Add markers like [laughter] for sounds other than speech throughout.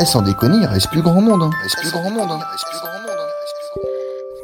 Eh, sans déconner, il reste plus grand monde. hein. Il reste plus grand monde. hein.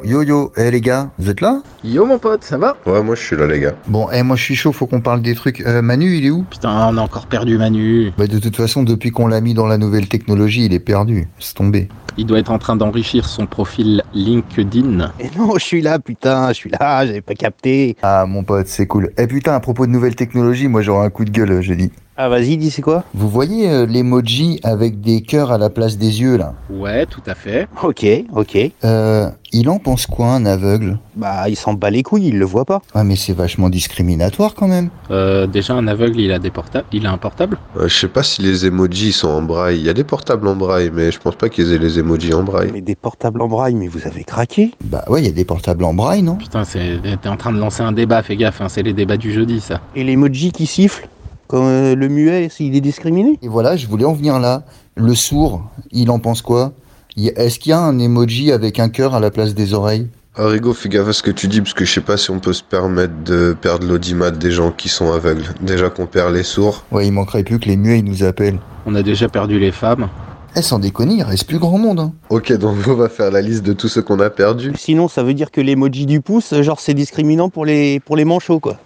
Yo yo, eh les gars, vous êtes là Yo mon pote, ça va Ouais, moi je suis là, les gars. Bon, eh moi je suis chaud, faut qu'on parle des trucs. Euh, Manu, il est où Putain, on a encore perdu Manu. Bah de toute façon, depuis qu'on l'a mis dans la nouvelle technologie, il est perdu. C'est tombé. Il doit être en train d'enrichir son profil LinkedIn. Et [laughs] non, je suis là, putain, je suis là, j'avais pas capté. Ah mon pote, c'est cool. Eh putain, à propos de nouvelles technologies, moi j'aurais un coup de gueule, euh, j'ai dit. Ah, vas-y, dis, c'est quoi Vous voyez euh, l'emoji avec des cœurs à la place des yeux là Ouais, tout à fait. Ok, ok. Euh, il en pense quoi un aveugle Bah, il s'en bat les couilles, il le voit pas. Ah mais c'est vachement discriminatoire quand même. Euh, déjà, un aveugle, il a des portables. Il a un portable Euh, je sais pas si les emojis sont en braille. Il y a des portables en braille, mais je pense pas qu'ils aient les emojis en braille. Mais des portables en braille, mais vous avez craqué Bah ouais, il y a des portables en braille, non Putain, c'est- t'es en train de lancer un débat, fais gaffe, hein, c'est les débats du jeudi, ça. Et l'emoji qui siffle Quand euh, le muet, il est discriminé Et voilà, je voulais en venir là. Le sourd, il en pense quoi Il- Est-ce qu'il y a un emoji avec un cœur à la place des oreilles Ah, Rigo, fais gaffe à ce que tu dis, parce que je sais pas si on peut se permettre de perdre l'audimat des gens qui sont aveugles. Déjà qu'on perd les sourds. Ouais, il manquerait plus que les muets ils nous appellent. On a déjà perdu les femmes. Eh, sans déconner, il reste plus grand monde. hein. Ok, donc on va faire la liste de tous ceux qu'on a perdus. Sinon, ça veut dire que l'emoji du pouce, genre, c'est discriminant pour les, pour les manchots, quoi.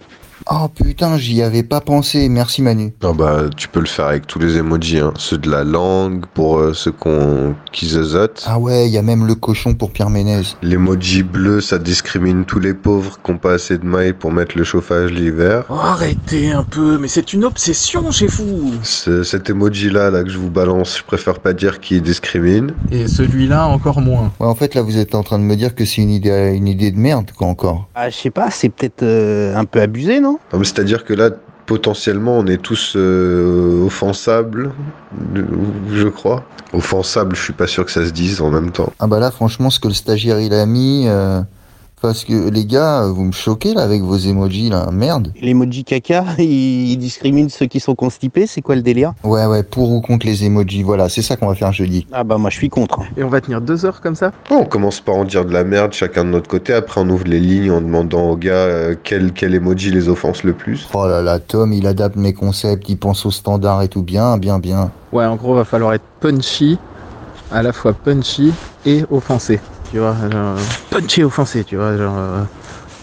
Oh putain, j'y avais pas pensé. Merci Manu. Non, bah, tu peux le faire avec tous les emojis, hein. Ceux de la langue, pour euh, ceux qu'on... qui zezotent. Ah ouais, il y a même le cochon pour Pierre Ménez. L'emoji bleu, ça discrimine tous les pauvres qui ont pas assez de mailles pour mettre le chauffage l'hiver. Oh, arrêtez un peu, mais c'est une obsession chez vous Ce- cet emoji là, là que je vous balance, je préfère pas dire qu'il discrimine. Et celui-là encore moins. Ouais, en fait, là, vous êtes en train de me dire que c'est une idée, une idée de merde, quoi, encore. Ah, je sais pas, c'est peut-être euh, un peu abusé, non Non, mais C'est-à-dire que là, potentiellement, on est tous euh, offensables, je crois. Offensables, je suis pas sûr que ça se dise en même temps. Ah bah là, franchement, ce que le stagiaire il a mis. euh, Parce que les gars, euh, vous me choquez là avec vos emojis là, merde. L'emoji caca, [laughs] il, il discrimine ceux qui sont constipés, c'est quoi le délire Ouais ouais, pour ou contre les emojis, voilà, c'est ça qu'on va faire jeudi. Ah bah, moi, je suis contre. hein. Et on va tenir deux heures comme ça Bon, on commence par en dire de la merde chacun de notre côté, après on ouvre les lignes en demandant aux gars euh, quel, quel emoji les offense le plus. Oh là là, Tom, il adapte mes concepts, il pense aux standards et tout bien, bien, bien. Ouais, en gros, va falloir être punchy, à la fois punchy et offensé. Tu vois, genre, euh, punchy et offensé, tu vois, genre. euh,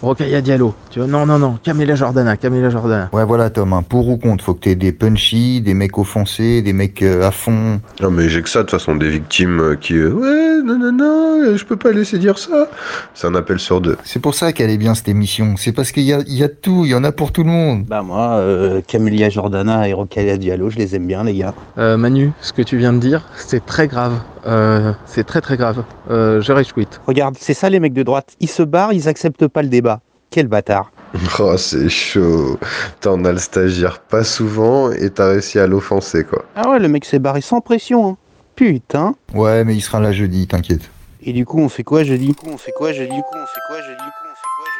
Rokhaya Diallo, tu vois, non, non, non, Camilla Jordana, Camilla Jordana. Ouais, voilà, Tom, hein, pour ou contre, faut que t'aies des punchy, des mecs offensés, des mecs euh, à fond. Non mais j'ai que ça de toute façon, des victimes euh, qui... euh, ouais, non, non, non, euh, je peux pas laisser dire ça. C'est un appel sur deux. C'est pour ça qu'elle est bien cette émission, c'est parce qu'il y a, il y a de tout, il y en a pour tout le monde. Bah, moi, euh, Camélia Jordana et Rocalia Diallo, je les aime bien, les gars. Euh, Manu, ce que tu viens de dire, c'est très grave. Euh, c'est très très grave. Euh, je rage quit. Regarde, c'est ça les mecs de droite. Ils se barrent, ils acceptent pas le débat. Quel bâtard. [laughs] Oh, c'est chaud. T'en as le stagiaire pas souvent et t'as réussi à l'offenser, quoi. Ah ouais, le mec s'est barré sans pression. hein. Putain. Ouais, mais il sera là jeudi, t'inquiète. Et du coup, on fait quoi jeudi Du coup, on fait quoi jeudi Du coup, on fait quoi jeudi Du coup, on fait quoi jeudi